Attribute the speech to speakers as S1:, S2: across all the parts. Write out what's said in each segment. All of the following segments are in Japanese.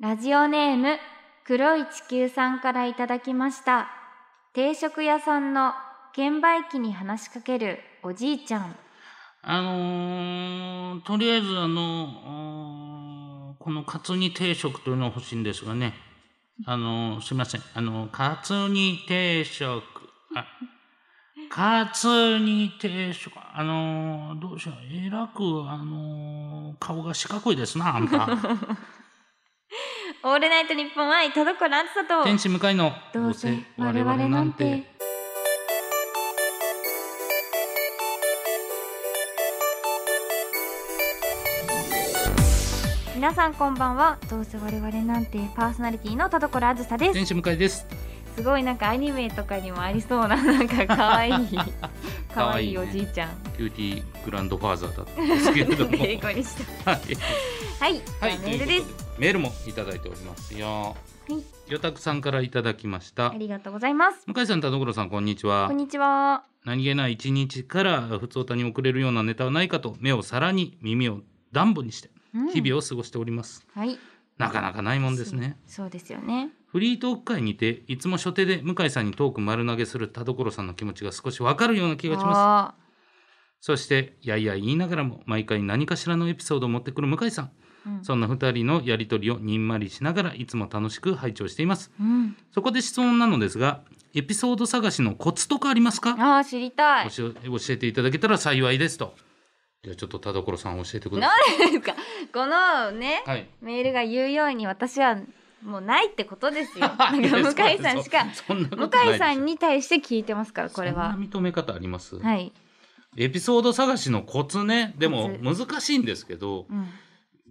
S1: ラジオネーム黒い地球さんからいただきました定食屋さんの券売機に話しかけるおじいちゃん
S2: あのーとりあえずあのーこのカツ煮定食というのを欲しいんですがねあのーすみませんあのーカツ煮定食あカツ煮定食あのーどうしようえらくあのー顔が四角いですなあ んた
S1: オールナイトニッポン愛田所あずさと
S2: 天使向かいの
S1: どうせ我々なんて皆さんこんばんはどうせ我々なんてパーソナリティの田所あずさです
S2: 天使向かいです
S1: すごいなんかアニメとかにもありそうななんか可 愛い可愛い
S2: 可愛いね
S1: おじい ちゃん
S2: キューティーグランドファーザー だったんですけれども
S1: 英語にした
S2: はい
S1: はい、
S2: はい、
S1: じゃあメールで
S2: と
S1: す
S2: いうことでメールもいただいておりますよ。
S1: はい、
S2: よたくさんからいただきました
S1: あ。りがとうございます
S2: 向井さん、田所さん、こんにちは
S1: こん。にちは
S2: 何気ない一日から普通歌に送れるようなネタはないかと、目を皿に、耳を暖房にして、
S1: うん
S2: 日々を過ごしております。
S1: はい
S2: なかなかないもんですね。
S1: そうですよね
S2: フリートーク会にて、いつも初手で向井さんにトーク丸投げする田所さんの気持ちが少しわかるような気がします。
S1: あ
S2: そして、やいやい言いながらも、毎回何かしらのエピソードを持ってくる向井さん。
S1: ーうん
S2: そんな二人のやりとりをにんまりしながらいつも楽しく拝聴しています。
S1: うん、
S2: そこで質問なのですが、エピソード探しのコツとかありますか
S1: あー知りたい
S2: 教え教えていただけたら幸いですと。じゃあちょっと田所さん教えてく
S1: な
S2: ださ
S1: んですかこのね、
S2: い。はい。
S1: メールが言うように私はもうないってことですよなん
S2: い
S1: か
S2: や
S1: 向
S2: そ
S1: 井さんしか
S2: そん な
S1: 向
S2: ことないでしょ
S1: 井さんに対して聞いてますからこれは
S2: そんな認め方あります、
S1: はい、
S2: エピソード探しのコツね。でも
S1: コ
S2: 難しいんですけど、
S1: うん、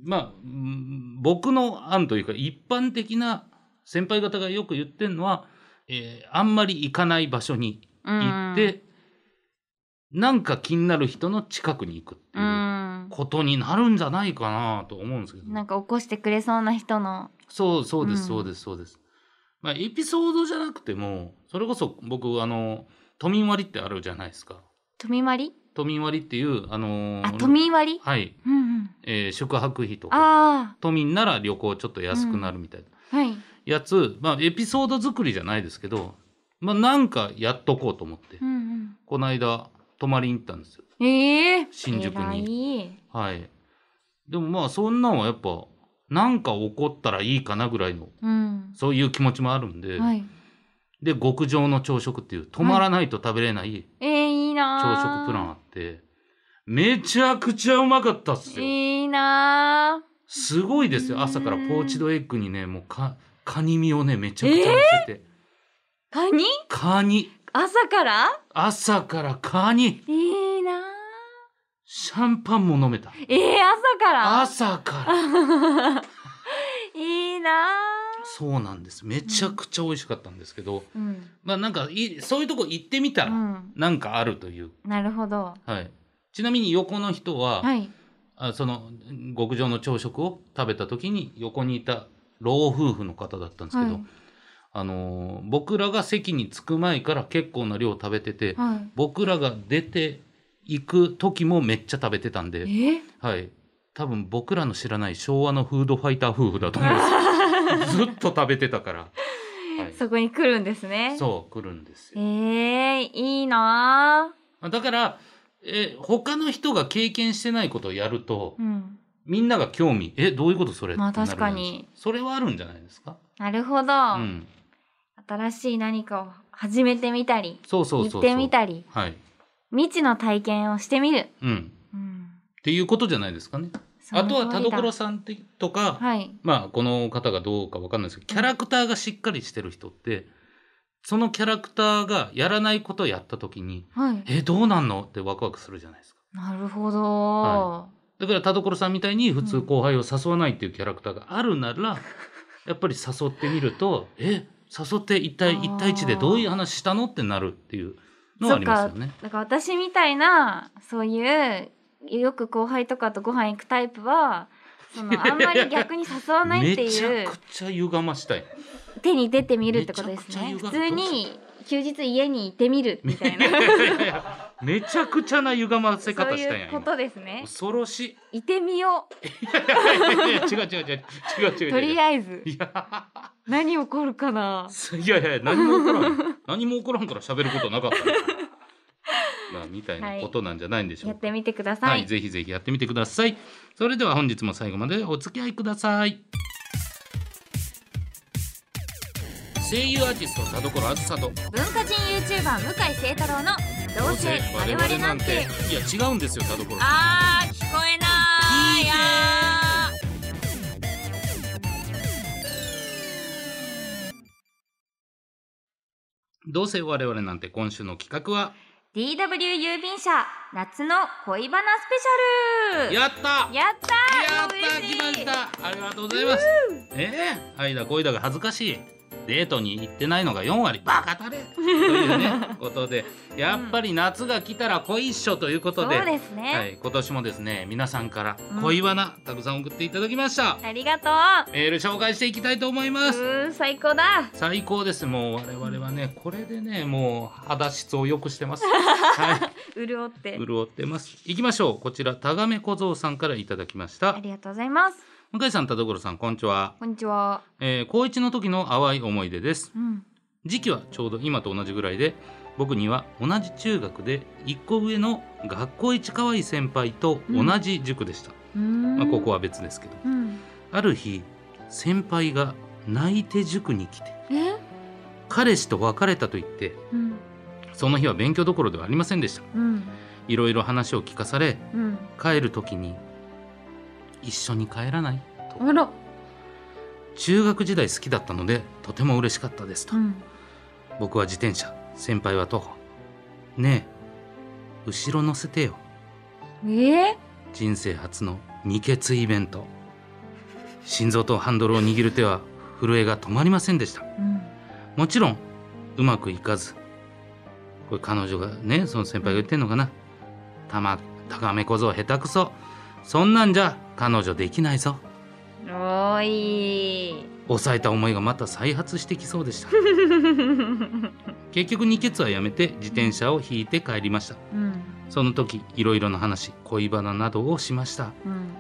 S2: まあ、うん僕の案というか一般的な先輩方がよく言ってるのは、えーあんまり行かない場所に行って、なんか気になる人の近くに行くって
S1: う
S2: いうんことになるんじゃないかなと思うんですけど、
S1: なんか起こしてくれそうな人の
S2: そうそうで
S1: うん
S2: すそうですそうです、まあエピソードじゃなくてもそれこそ僕あの都民割ってあるじゃないですか
S1: 都民割
S2: 都民割っていうあの
S1: あ都民割
S2: はい、
S1: うんうん
S2: えー宿泊費とか
S1: あ
S2: 都民なら旅行ちょっと安くなるみたいな
S1: あはい
S2: やつ、まあエピソード作りじゃないですけどまあなんかやっとこうと思って、
S1: うん
S2: この間泊まりに行ったんですよ
S1: うんええー、
S2: 新宿
S1: にい
S2: はい。でもまあそんなんはやっぱ、なんか起こったらいいかなぐらいの、
S1: うん
S2: そういう気持ちもあるんで、
S1: はい
S2: で、極上の朝食っていう、止まらないと食べれない
S1: えー、いいな
S2: 朝
S1: ー
S2: 食プランあって、めちゃくちゃうまかったっすよ。
S1: いいなー
S2: すごいです
S1: う
S2: よ。
S1: ん
S2: 朝からポーチドエッグにね、もうか、カニ身をね、めちゃくちゃ乗せて。
S1: カニ
S2: カニ
S1: 朝から
S2: 朝からカニ
S1: いいなー
S2: シャンパンも飲めた。
S1: えー、朝から
S2: 朝から
S1: いいな
S2: そうなんです。めちゃくちゃ美味しかったんですけど、
S1: ーうん、
S2: まあなんかいいそういうとこ行ってみ
S1: う
S2: たら
S1: ん、
S2: なんかあるという、
S1: なるほど
S2: はい、ちなみに横の人は、
S1: はい
S2: あその極上の朝食を食べた時に横にいた老夫婦の方だったんですけど、
S1: はい
S2: あのー僕らが席に着く前から結構な量食べてて、
S1: はい
S2: 僕らが出ていく時もめっちゃ食べてたん
S1: え
S2: で、
S1: ー、
S2: はい、多分僕らの知らない昭和のフードファイター夫婦だと思 います。ずっと食べてたから、はい、
S1: そこに来るんですね
S2: そう来るんですよ
S1: え。ー、いいな
S2: あだから、えー他の人が経験してないことをやると、
S1: ーうん
S2: みんなが興味えどういうことそれ
S1: まあ
S2: ってなるじゃな
S1: 確
S2: い
S1: かに
S2: ですそれはあるんじゃないですか、
S1: なるほど、
S2: うん、
S1: 新しい何かを始めてみたり
S2: そうそうそ
S1: 行
S2: うそう
S1: ってみたり
S2: はい、
S1: 未知の体験をしてみる、
S2: うん、
S1: うん、
S2: っていうことじゃないですかね
S1: その
S2: あ
S1: 通
S2: と
S1: りだ
S2: は田所さんってとか、
S1: はい
S2: まあこの方がどうかわかんないですけどキャラクターがしっかりしてる人ってそのキャラクターがやらないことをやった時に
S1: はい
S2: えどうなんのってワクワクするじゃないですか
S1: なるほど、
S2: はだから田所さんみたいに普通後輩を誘わないっていうキャラクターがあるなら、 やっぱり誘ってみるとえ誘って一対
S1: あー
S2: 一対一でどういう話したのってなるっていうのはありますよね。
S1: だから私みたいなそういうよく後輩とかとご飯行くタイプはそのあんまり逆に誘わないって
S2: めち
S1: い
S2: ゃ
S1: う
S2: くちゃ歪ましたい
S1: 手に出てみるってことですね
S2: めち
S1: 普
S2: ゃくちゃ
S1: 通
S2: 歪む
S1: に休日家にいてみるみた いな
S2: めちゃくちゃな歪ませ
S1: そ
S2: 方
S1: う
S2: したんや
S1: いうこ
S2: 今
S1: とですね
S2: 恐ろしい
S1: いてみよ
S2: いやいやいや違う違う違う違う違う違
S1: う
S2: う
S1: とりあえず
S2: いや
S1: 何起こるかない
S2: やいや何も起こらん何も起こらんから喋ることなかった ねまあみたいなことなんじゃないんでしょ
S1: や
S2: う
S1: っ
S2: か、
S1: てみてくだ
S2: は
S1: さ
S2: い
S1: い
S2: ぜひぜひやってみてくださいそれでは本日も最後までお付き合いください声優アーティスト田所あずさと
S1: 文化人 YouTuber 向井聖太郎の「どうせ我々なんて
S2: いや違うんですよ田所」
S1: あー聞こえないあー
S2: どうせ我々なんて今週の企画は
S1: DW 郵便社夏の恋バナスペシャル
S2: やった
S1: やった
S2: や
S1: ー
S2: った
S1: 嬉し
S2: 来
S1: い
S2: ましたありがとうございますええ愛だ恋だが恥ずかしいデートに行ってないのが4割バカたれとい うねことでやっぱり夏が来たら恋一緒ということで,、
S1: そうですね、
S2: はい、今年もですね皆さんから
S1: うん
S2: 恋バナ、たくさん送っていただきました
S1: ありがと
S2: メール紹介していきたいと思います、
S1: ううーん最高だ
S2: 最高ですもう我々はねこれでねもう肌質を良くしてます は
S1: 潤っ
S2: い
S1: て
S2: 潤ってますいきましょうこちらタガメ小僧さんからいただきまし
S1: あ
S2: た
S1: りがとうございます
S2: 向井さん田所さんこんにちは
S1: こんにちは
S2: えー高一の時の淡い思い出です
S1: うん
S2: 時期はちょうど今と同じぐらいで僕には同じ中学で1個上の学校一可愛い先輩と同じ塾でした、
S1: うーん
S2: まあ、ここは別ですけど
S1: うん
S2: ある日先輩が泣いて塾に来て
S1: え
S2: 彼氏と別れたと言って
S1: うん
S2: その日は勉強どころではありませんでした
S1: うん
S2: いろいろ話を聞かされ
S1: うん
S2: 帰る時に「一緒に帰らない?」と
S1: あら
S2: 中学時代好きだったのでとても嬉しかったですと
S1: うん
S2: 僕は自転車先輩は徒歩ねえ後ろ乗せてよ
S1: え
S2: 人生初の二血イベント心臓とハンドルを握る手は震えが止まりませんでした
S1: ー、うん
S2: もちろんうまくいかずこれ彼女がねその先輩が言ってんのかなたま高め小僧下手くそそんなんじゃ彼女できないぞ
S1: おーい
S2: 抑えた思いがまた再発してきそうでした 結局二血はやめて自転車を引いて帰りました
S1: うん
S2: その時いろいろな話恋バナなどをしました
S1: うん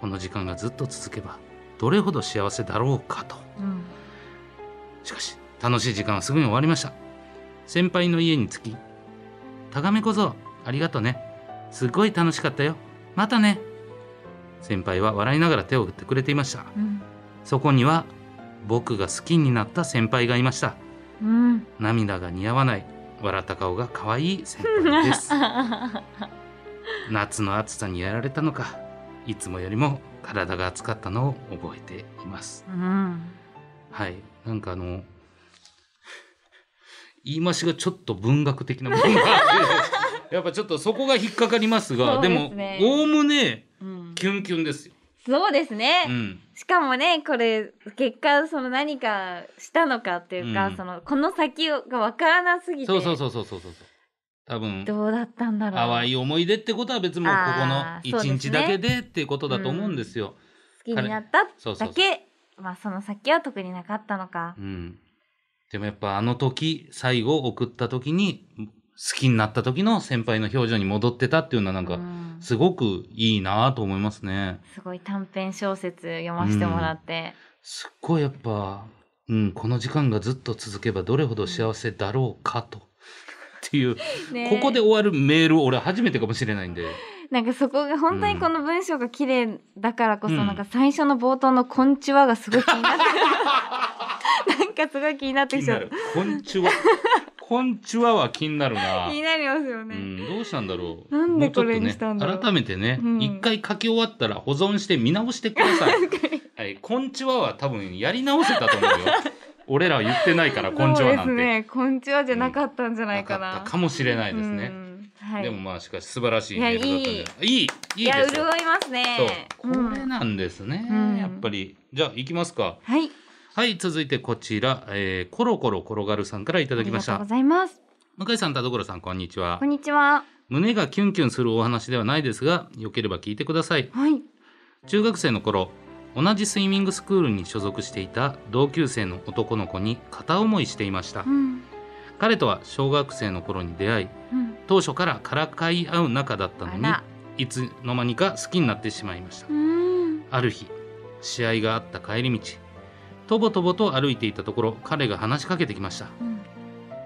S2: この時間がずっと続けばどれほど幸せだろうかと
S1: うん
S2: しかし楽しい時間はすぐに終わりました先輩の家に着き「タガメ小僧ありがとねすっごい楽しかったよまたね」先輩は笑いながら手を振ってくれていました
S1: うん
S2: そこには僕が好きになった先輩がいました
S1: うん
S2: 涙が似合わない笑った顔が可愛い先輩です 夏の暑さにやられたのかいつもよりも体が暑かったのを覚えています
S1: うん
S2: はいなんかあの言い回しがちょっと文学的なものがあって やっぱちょっとそこが引っかかりますが
S1: そうで
S2: も
S1: すね
S2: おおむね
S1: うん
S2: キュンキュンですよ、
S1: そうですね、
S2: うん、
S1: しかもねこれ結果その何かしたのかっていうか、
S2: うん
S1: そのこの先が分からなすぎて
S2: そうそうそうそうそうそう多分
S1: どうだったんだろう
S2: 淡い思い出ってことは別にもうここの
S1: あーそうです
S2: 一日
S1: ね
S2: だけでっていうことだと思うんですよ。
S1: 好きになっただけ
S2: そうそうそう
S1: まあその先は特になかったのか
S2: うん、でもやっぱあの時最後送った時に好きになった時の先輩の表情に戻ってたっていうのはなん
S1: う
S2: か
S1: ん
S2: すごくいいなと思いますね。
S1: すごい短編小説読ませてもらって、
S2: すっごいやっぱ、うん、この時間がずっと続けばどれほど幸せだろうかと。 っていう、
S1: ね
S2: ここで終わるメール俺初めてかもしれないんで
S1: なんかそこが本当にこの文章が綺麗だからこそ、
S2: うん
S1: なんか最初の冒頭の「こんちは」がすごい気 になってなんかすごい気になって
S2: 気
S1: き
S2: に
S1: ちゃ
S2: な
S1: う
S2: る「こん ちは」「こんちは」は気になるな
S1: 気になりますよ
S2: う
S1: ね、
S2: ん、どうしたんだろう。
S1: なんで
S2: もうちょっと
S1: これにしたんだろう
S2: ね、改めてね
S1: う、ん
S2: 一、回書き終わったら保存して見直してくだ さい。はい、こんちはは多分やり直せたと思うよ。俺らは言ってないから、こんちはなん
S1: そう
S2: て。
S1: ですね。こんちはじゃなかったんじゃない
S2: な
S1: か
S2: か
S1: な。
S2: ったかもしれないです
S1: う
S2: ね。
S1: んはい。
S2: でもまあ、しかし素晴らしい
S1: いや
S2: メールだったんじゃないいい、い
S1: い
S2: い
S1: や
S2: です
S1: 潤
S2: よ。
S1: います
S2: そう
S1: ね。、
S2: こ
S1: うん
S2: れなんですね、
S1: うん
S2: やっぱり。じゃあ、行きますか。
S1: はい。い
S2: はい、続いてこちら、えー、コロコロ転がるさんからいただきまし
S1: ありがとう
S2: た
S1: ご。ざいます。
S2: 向井さん、田所さん、こんにちは。
S1: こんにちは。
S2: 胸がキュンキュンするお話ではないですが、良ければ聞いてください。
S1: はい。
S2: 中学生の頃同じスイミングスクールに所属していた同級生の男の子に片思いしていました
S1: うん
S2: 彼とは小学生の頃に出会い
S1: うん
S2: 当初からからかい合う仲だったのに
S1: あら
S2: いつの間にか好きになってしまいました
S1: うん
S2: ある日試合があった帰り道とぼとぼと歩いていたところ彼が話しかけてきました
S1: うん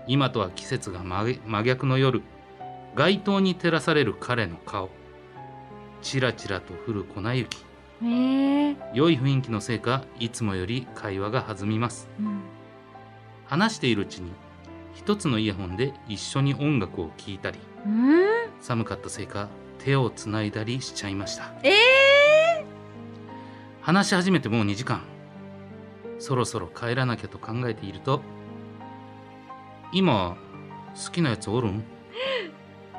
S2: 今とは季節が真真逆の夜街灯に照らされる彼の顔ちらちらと降る粉雪
S1: へえ
S2: 良い雰囲気のせいかいつもより会話が弾みます
S1: うん
S2: 話しているうちに一つのイヤホンで一緒に音楽を聴いたり
S1: うん
S2: 寒かったせいか手をつないだりしちゃいました
S1: ええ
S2: 話し始めてもう2時間そろそろ帰らなきゃと考えていると今好きなやつおるん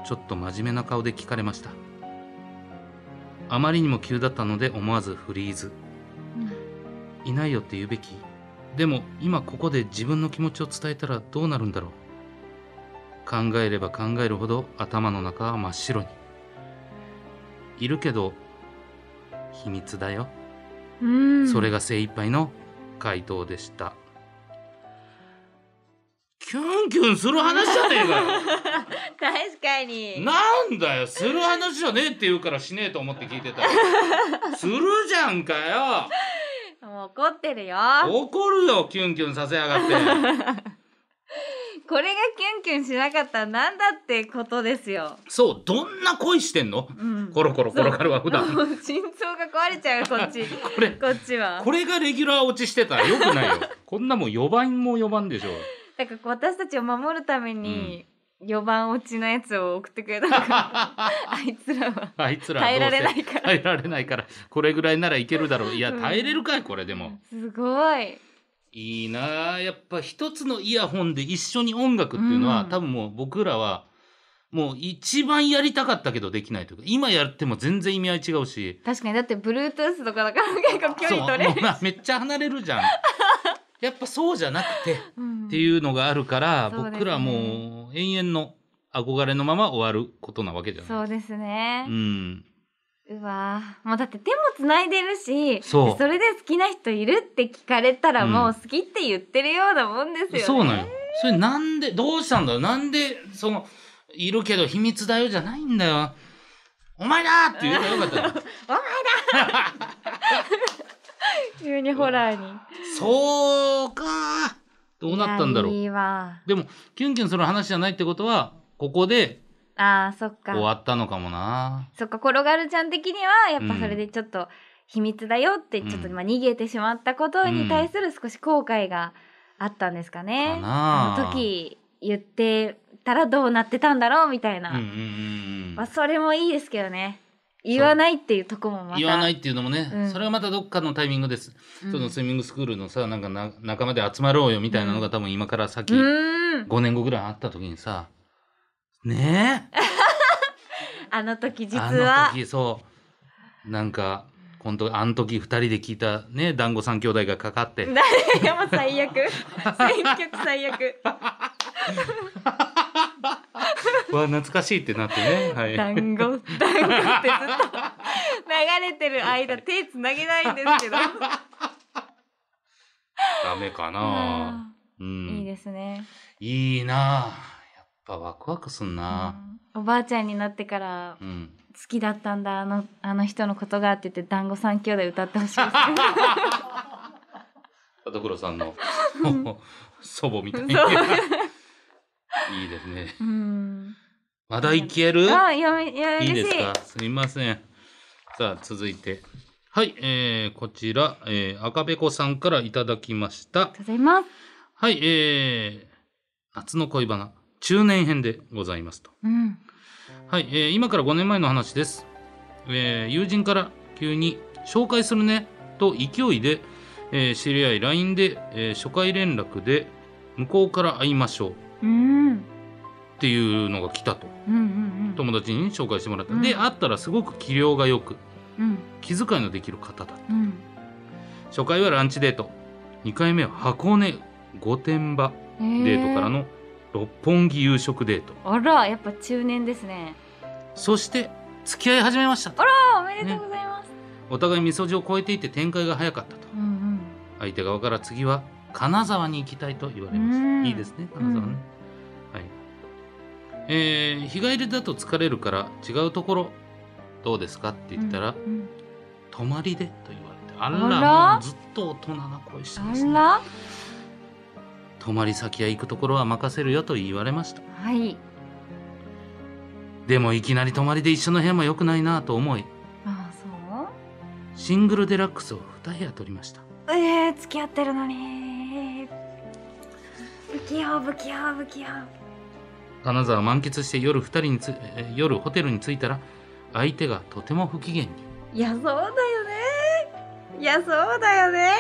S2: ちょっと真面目な顔で聞かれましたあまりにも急だったので思わずフリーズいないよって言うべきでも今ここで自分の気持ちを伝えたらどうなるんだろう考えれば考えるほど頭の中は真っ白にいるけど秘密だよ
S1: うん
S2: それ
S1: が
S2: が精一杯の回答でした。キュンキュンする話じゃねえか よ
S1: 確かに
S2: なんだよする話じゃねえって言うからしねえと思って聞いてたよするじゃんかよ
S1: もう怒ってるよ
S2: 怒るよキュンキュンさせやがって
S1: これがキュンキュンしなかったらなんだってことですよ
S2: そうどんな恋してんの
S1: うん
S2: コロコロ転がるわ普段
S1: もう心臓が壊れちゃうよこっ ち
S2: これ
S1: こっちは
S2: これがレギュラー落ちしてたらよくないよこんなもん4番も4番で しょ
S1: だから私たちを守るために4番落ちのやつを送ってくれたの かあいつらは
S2: あいつらはど
S1: 耐え
S2: うせ
S1: られないから
S2: 耐えられないからこれぐらいならいけるだろういや
S1: うん
S2: 耐えれるかいこれでも、
S1: すごい
S2: いいなあやっぱ一つのイヤホンで一緒に音楽っていうのは、
S1: うん
S2: 多分もう僕らはもう一番やりたかったけどできないというか今やっても全然意味合い違うし
S1: 確かにだって Bluetooth とかだから結構距離取れ
S2: そうもう
S1: る
S2: なめっちゃ離れる じゃんやっぱそうじゃなくてっ
S1: うん
S2: ていうのがあるから、
S1: そうですね
S2: 僕らはもう永遠の憧れのまま終わることなわけじゃない
S1: そうですね
S2: う、ん
S1: うわーもうだって手もつないでるし
S2: そう
S1: でれで好きな人いるって聞かれたら
S2: うん
S1: もう好きって言ってるようなもんですよね、
S2: そうなんよ。それなんで、どうしたんだろうなんで、その、いるけど秘密だよじゃないんだよ。お前だって言えばよかったの
S1: 急にホラーに
S2: そうかどうなったんだろ。
S1: いうやいいわ
S2: でも、キュンキュンする話じゃないってことは、ここで
S1: あーそっか
S2: 終わったのかもな。
S1: そっか転がるちゃん的にはやっぱそれでちょっと秘密だよって
S2: うん
S1: ちょっとまあ逃げてしまったことに対する少し後悔があったんですかね。
S2: かな
S1: あの時言ってたらどうなってたんだろうみたいな、
S2: うんうんうん
S1: まあ、それもいいですけどね言わないっていうとこもまた
S2: 言わないっていうのもね、
S1: うん
S2: それはまたどっかのタイミングです。
S1: うん
S2: そのスイミングスクールのさ、なんかな仲間で集まろうよみたいなのが多分今から先、
S1: うーん
S2: 5年後ぐらい会った時にさ、ねえ
S1: あの時実
S2: あ
S1: は
S2: の時そうなんか本当あの時二人で聞いたね団子三兄弟がかかって
S1: 誰がもう最悪選曲最 悪
S2: わ懐かしいってなってねはい
S1: 団子団子ってずっと流れてる 間手つなげないんですけど。
S2: ダメかなうん
S1: いいですね、
S2: いいなあやっぱワクワクすんな
S1: うんおばあちゃんになってから
S2: うん、
S1: 好きだったんだあのあの人のことがって言って団子三兄弟歌ってほし いですね
S2: 田所さ んの祖母みたいに
S1: そ
S2: いいですね
S1: うん
S2: まだいける
S1: あやめやめ
S2: いい
S1: 嬉しい
S2: ですかすみません。さあ、続いて。はい、えー、こちら、えー、赤べこさんからいただきました
S1: ありがとう。ございます
S2: はい、えー、夏の恋バナ、中年編でございますと。
S1: うん
S2: はい、えー、今から5年前の話です。えー、友人から急に、紹介するね、と勢いで、えー、知り合い LINE で、えー、初回連絡で、向こうから会いましょうっ
S1: うん
S2: ていうのが来たと。
S1: うんうんうん
S2: 友達に紹介してもらった。で、
S1: うん
S2: 会ったらすごく器量が良く、
S1: うん
S2: 気遣いのできる方だ
S1: うん
S2: 初回はランチデート2回目は箱根御殿場
S1: えー
S2: デートからの六本木夕食デート、
S1: あらやっぱ中年ですね
S2: そして付き合い始めました
S1: あおめでとうございます、
S2: お互い味噌汁を超えていて展開が早かったと
S1: うん
S2: 相手側から次は金沢に行きたいと言われま
S1: う
S2: す
S1: ん
S2: いいですね金沢ね、はいえー日帰りだと疲れるから違うところどうですかって
S1: うん
S2: 言ったら、
S1: うん
S2: 泊まりでと言われてあら
S1: あら
S2: もうずっと大人な恋してます、
S1: あ
S2: ね、
S1: ら
S2: 泊まり先や行くところは任せるよと言われました
S1: はい
S2: でもいきなり泊まりで一緒の部屋も良くないなと思い
S1: あそ
S2: シングルデラックスを2部屋取りました
S1: うえー、付き合ってるのに不器用不器用不器用
S2: 金沢を満喫して夜二人につえー夜ホテルに着いたら相手がとても不機嫌に
S1: いやそうだよねいやそうだよね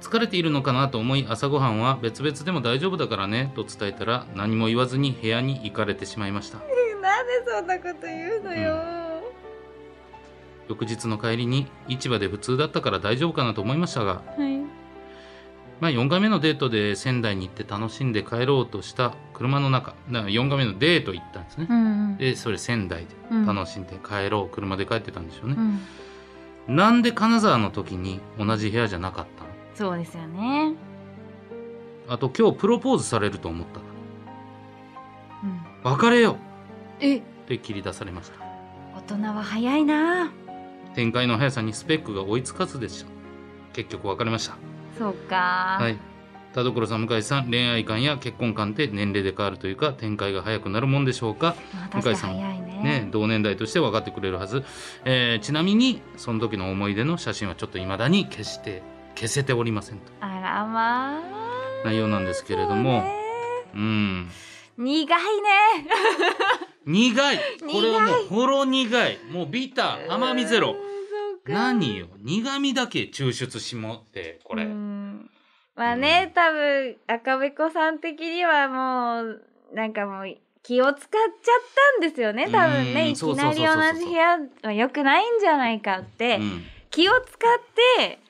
S2: 疲れているのかなと思い朝ごはんは別々でも大丈夫だからねと伝えたら何も言わずに部屋に行かれてしまいました
S1: なんでそんなこと言うの
S2: よ翌日の帰りに市場で普通だったから大丈夫かなと思いましたが
S1: はい
S2: まあ、4回目のデートで仙台に行って楽しんで帰ろうとした車の中4回目のデート行ったんですね、
S1: うん
S2: でそれ仙台で
S1: うん
S2: 楽しんで帰ろう、車で帰ってたんでしょう
S1: う
S2: ね、
S1: ん
S2: なんで金沢の時に同じ部屋じゃなかったの
S1: そうですよね
S2: あと今日プロポーズされると思った
S1: うん
S2: の別れよ
S1: え
S2: って切り出されました
S1: 大人は早いな
S2: 展開の速さにスペックが追いつかずでした結局別れました
S1: そうか
S2: はい田所さん向井さん恋愛観や結婚観って年齢で変わるというか展開が早くなるもんでしょうか
S1: まあ、確かに早い
S2: ね
S1: ね、
S2: 同年代として分かってくれるはず、えーちなみにその時の思い出の写真はちょっと未だに消して消せておりませんと
S1: あらまあ
S2: 内容なんですけれども
S1: そうね
S2: うん
S1: 苦いね
S2: 苦いこれはも
S1: 苦
S2: うほろ苦いもうビター甘みゼ
S1: う
S2: ロ
S1: ーんそうか
S2: 何よ苦味だけ抽出しもってこれ、
S1: うんまあね、多分赤べこさん的にはもうなんかもう気を使っちゃったんですよね多分
S2: う
S1: ねい
S2: ん
S1: きなり
S2: そうそうそうそう
S1: 同じ部屋は良くないんじゃないかって、
S2: うん
S1: 気を使って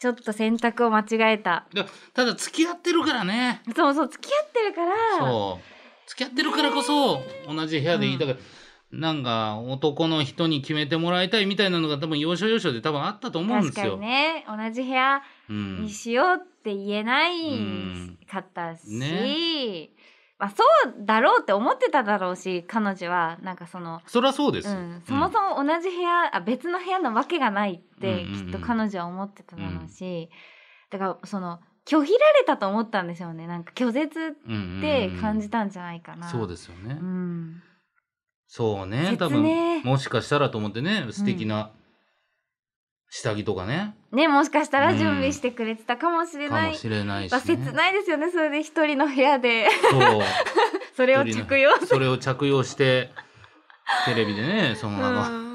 S1: ちょっと選択を間違えた
S2: だただ付き合ってるからね
S1: そうそう付き合ってるから
S2: そう付き合ってるからこそ同じ部屋でいいだから、なんか男の人に決めてもらいたいみたいなのが多分要所要所で多分あったと思うん
S1: 確
S2: です
S1: か
S2: よ。
S1: にね同じ部屋
S2: うん
S1: にしようって言えない
S2: うん
S1: かったし、
S2: ね
S1: まあ、そうだろうって思ってただろうし彼女はなんかその、
S2: そりゃそうです
S1: う
S2: よ、
S1: ん、そも
S2: も
S1: そも同じ部屋、あ別の部屋なわけがないって
S2: うんうんうん
S1: きっと彼女は思ってただろうし、だからその拒否られたと思ったんですよねなんか拒絶って感じたんじゃないかな。
S2: そうですよね、
S1: うん
S2: そうね多
S1: 切
S2: 分
S1: ね
S2: もしかしたらと思ってね素敵な下着とかね、
S1: ねもしかしたら
S2: うん
S1: 準備してくれてたかもしれ
S2: か
S1: ない、
S2: もしれないし、
S1: まあ、
S2: ね、
S1: 切ないですよねそれで一人の部屋で
S2: そう
S1: それを着用
S2: それを着用してテレビでねそのまま、
S1: うん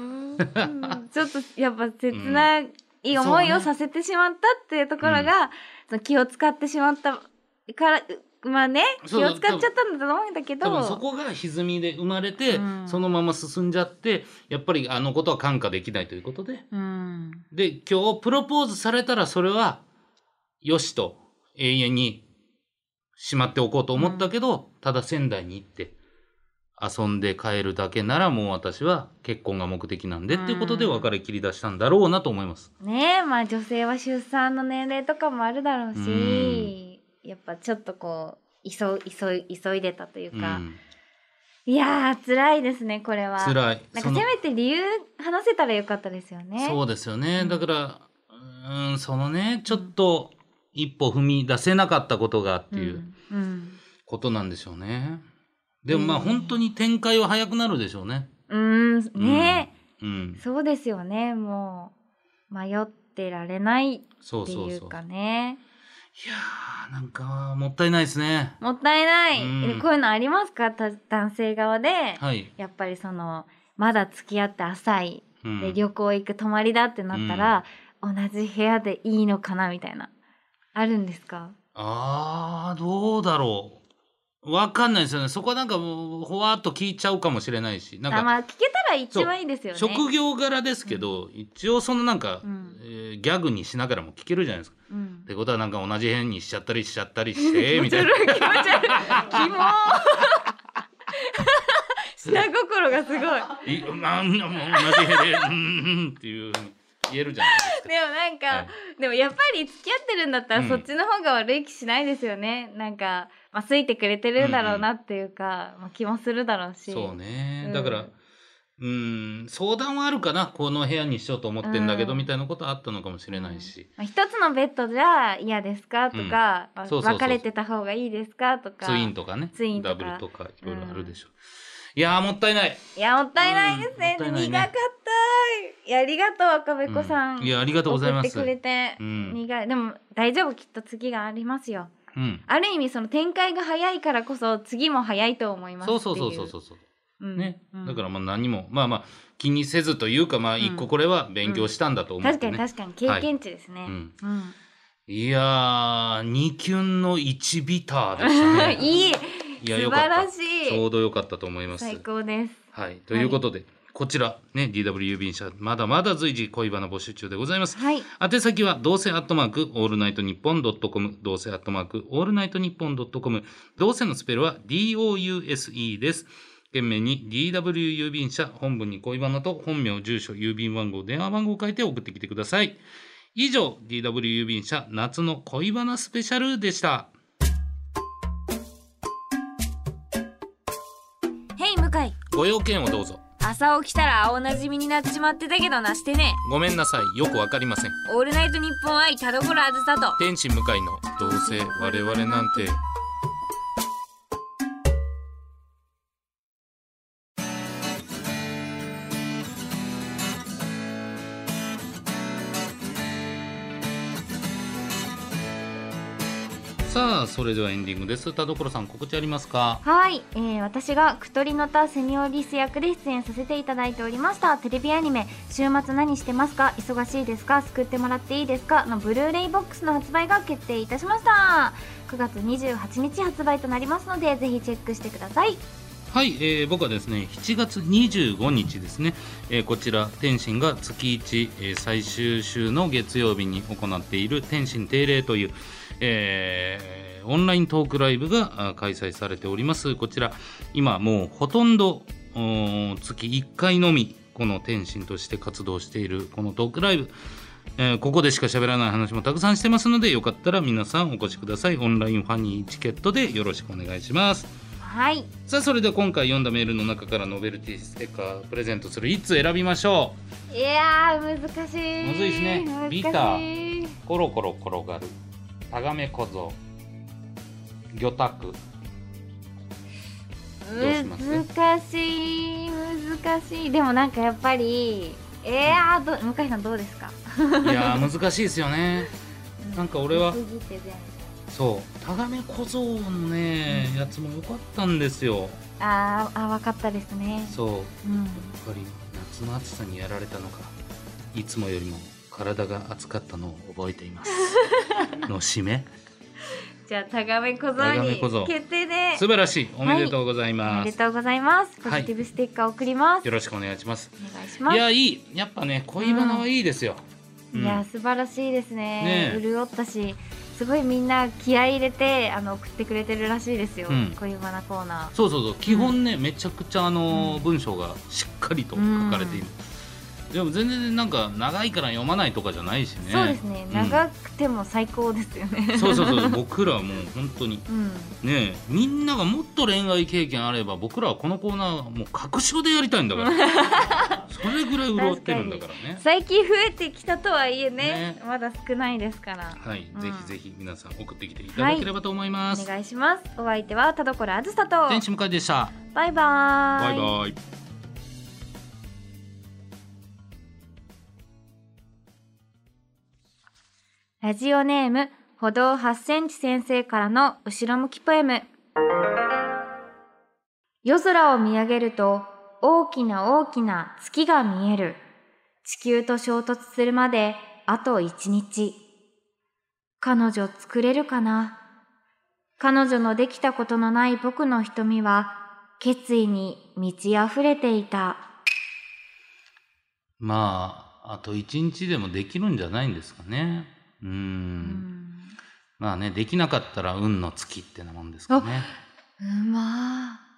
S1: ちょっとやっぱ切ない思いをさせてしまったっていうところが、
S2: うん
S1: その気を使ってしまったからうまあね気
S2: そう
S1: を使っちゃったんだと思うんだけど
S2: 多分そこが歪みで生まれて、
S1: うん
S2: そのまま進んじゃってやっぱりあのことは感化できないということで
S1: うん
S2: で今日プロポーズされたらそれはよしと永遠にしまっておこうと思ったけど、ただ仙台に行って遊んで帰るだけならもう私は結婚が目的なんで、っていうことで別れ切り出したんだろうなと思います。
S1: ねえまあ女性は出産の年齢とかもあるだろうし、やっぱちょっとこう急い急い急いでたといううか、
S2: ん、
S1: いやー辛いですねこれは。
S2: 辛い
S1: なんか
S2: そ
S1: せ
S2: の
S1: めて理由話せたらよかったですよね。
S2: そうですよね、
S1: うん
S2: だからうーんそのねちょっと一歩踏み出せなかったことがっていう
S1: うん。うん
S2: ことなんでしょうね。でもまあ
S1: うん
S2: 本当に展開は早くなるでしょうね。
S1: うーん、ね
S2: うん
S1: え、、そうですよね。もう迷ってられないっ
S2: そう
S1: て
S2: そう
S1: い
S2: そう
S1: う。かね。
S2: いやーなんかもったいないですね。
S1: もったいない。
S2: うん
S1: でこういうのありますか？た男性側で、
S2: はい。
S1: やっぱりそのまだ付き合って浅い。
S2: うん
S1: で旅行行く泊まりだってなったら、同じ部屋でいいのかなみたいなあるんですか？
S2: あーどうだろう。わかんないですよね。そこはなんかもうほわっと聞いちゃうかもしれないし、なん
S1: あ
S2: か
S1: まあ聞けたら一番いいですよね。
S2: 職業柄ですけど、一応そのなんか、
S1: うん
S2: えーギャグにしながらも聞けるじゃないですか。
S1: うん
S2: っ。てことはなんか同じ辺にしちゃったりしちゃったりしてみたいな。
S1: 気持ち悪い気持ち悪いキモ 下心がすごい。でも
S2: いなんだもう同じ部屋で、うんうんっていうふうに言えるじゃないです か。
S1: なんか、
S2: はい
S1: でもやっぱり付き合ってるんだった
S2: う
S1: ら
S2: ん
S1: そっちの方が悪い気しないですよね。なんか、まあ、好いてくれてるんだろうなっていうか、まあ、気もするだろうし。
S2: そうね
S1: う。ん
S2: だから、うん、相談はあるかな。この部屋にしようと思ってんだけど、
S1: うん
S2: みたいなことはあったのかもしれないし。
S1: まあ、一つのベッドじゃ嫌ですかとか、
S2: うん
S1: まあ
S2: そうそうそう
S1: 別れてた方がいいですかとか。
S2: ツインとかね。
S1: ツインとか
S2: ダブルとか、いろいろあるでしょう。いやー、もったいない。
S1: いや、もったいないですね。
S2: うんもったいない
S1: 苦か
S2: ね
S1: った。いや、ありがとう、赤べこさん。
S2: うんいや、ありがとうございます。
S1: 送ってくれて、
S2: うん
S1: 苦い。でも、大丈夫、きっと次がありますよ。
S2: うん。
S1: ある意味、その展開が早いからこそ、次も早いと思います
S2: そうそうそうそうそうそう。
S1: う。うん、
S2: ね、
S1: うん
S2: だからまあ何もまあまあ気にせずというかまあ
S1: うん
S2: 一個これは勉強したんだと思っ
S1: 確
S2: て
S1: か
S2: ね、
S1: に確かに経験値ですね。
S2: いうん
S1: うん
S2: いやー二キュンの一ビターでしたね
S1: いい
S2: いや
S1: 素
S2: よかっ
S1: 晴
S2: た
S1: らし
S2: ちょ
S1: いう
S2: どよかったと思います
S1: 最高です。
S2: はいということで、こちらね DW 郵便社まだまだ随時恋バナ募集中でございます
S1: はい。
S2: 宛先はどうせアットマークオールナイトニッポンドットコムどうせアットマークオールナイトニッポンドットコムどうせのスペルは DOUSE です件名に DW 郵便社本文に恋バナと本名住所郵便番号電話番号を書いて送ってきてください以上 DW 郵便社夏の恋バナスペシャルでした
S1: ヘイ向井、
S2: ご用件をどうぞ
S1: 朝起きたら青なじみになっちまってたけどなしてね。
S2: ごめんなさいよくわかりません
S1: オールナイトニッポン愛田所あずさと。
S2: 天使向かいのどうせ我々なんてさあそれではエンディングです田所さん告知ありますか
S1: はい、えー私がクトリノタセニオリス役で出演させていただいておりましたテレビアニメ「週末何してますか忙しいですか救ってもらっていいですか?」のブルーレイボックスの発売が決定いたしました9月28日発売となりますのでぜひチェックしてください
S2: はい、えー僕はですね7月25日ですね、えーこちら天心が月1、えー最終週の月曜日に行っている天心定例という、えーオンライントークライブがあー開催されておりますこちら今もうほとんどおー月1回のみこの天心として活動しているこのトークライブえーここでしか喋らない話もたくさんしてますのでよかったら皆さんお越しくださいオンラインファニーチケットでよろしくお願いします
S1: はい
S2: さあそれでは今回読んだメールの中からノベルティステッカープレゼントする1つ選びましょ
S1: いやー難しい
S2: むずいっすね
S1: 難しい
S2: ビターうコロコロ転がるタガメ小僧魚拓どうします
S1: 難しい難しいでもなんかやっぱりいやーど向井さんどうですか
S2: いやー難しいですよねなんか俺は
S1: 過ぎて全部
S2: そうタガメ小僧のねやつも良かったんですよ
S1: あーあ分かったですね
S2: そうやっ
S1: うん
S2: ぱり夏の暑さにやられたのかいつもよりも体が暑かったのを覚えていますの 締め
S1: じゃあタガメ小
S2: タ
S1: 僧
S2: ガメ
S1: に
S2: 小僧
S1: 決定で
S2: 素晴らしいおめでとうござい
S1: お
S2: ま、
S1: めですとうございますポ
S2: はい
S1: ジティブステッカー送ります、
S2: よろしくお願いします
S1: お願いします
S2: い
S1: いや,、
S2: やいいやっぱね恋バナはいいですよ、うん
S1: 素晴らしいですね
S2: ねえ
S1: 潤ったしすごいみんな気合い入れてあの送ってくれてるらしいですよ、
S2: うん
S1: 恋バナコーナ
S2: そうそうそう基本ね、めちゃくちゃあのー、
S1: うん
S2: 文章がしっかりと書かれている、でも全然なんか長いから読まないとかじゃないし
S1: ー、
S2: ね
S1: そうですね
S2: うん
S1: 長くても最高ですよ ね
S2: そうそうそう僕らはもう本当に
S1: うん
S2: ねえみんながもっと恋愛経験あれば僕らはこのコーナーもう確証でやりたいんだから それぐらい潤ってるんだからね
S1: 最近増えてきたとはいえね
S2: ね
S1: まだ少ないですから
S2: はい、
S1: うん
S2: ぜひぜひ皆さん送ってきていただければと思いま
S1: お
S2: す、
S1: 願いしますお相手は田所あずさと
S2: 天使向かいでした
S1: バイバー
S2: バイバイ
S1: ラジオネーム歩道8センチ先生からの後ろ向きポエム夜空を見上げると大きな大きな月が見える地球と衝突するまであと一日彼女作れるかな彼女のできたことのない僕の瞳は決意に満ち溢れていた
S2: まあ、あと一日でもできるんじゃないんですかね。うーん。
S1: うん
S2: まあね、できなかったら運の尽きってなもんですかね。
S1: うまー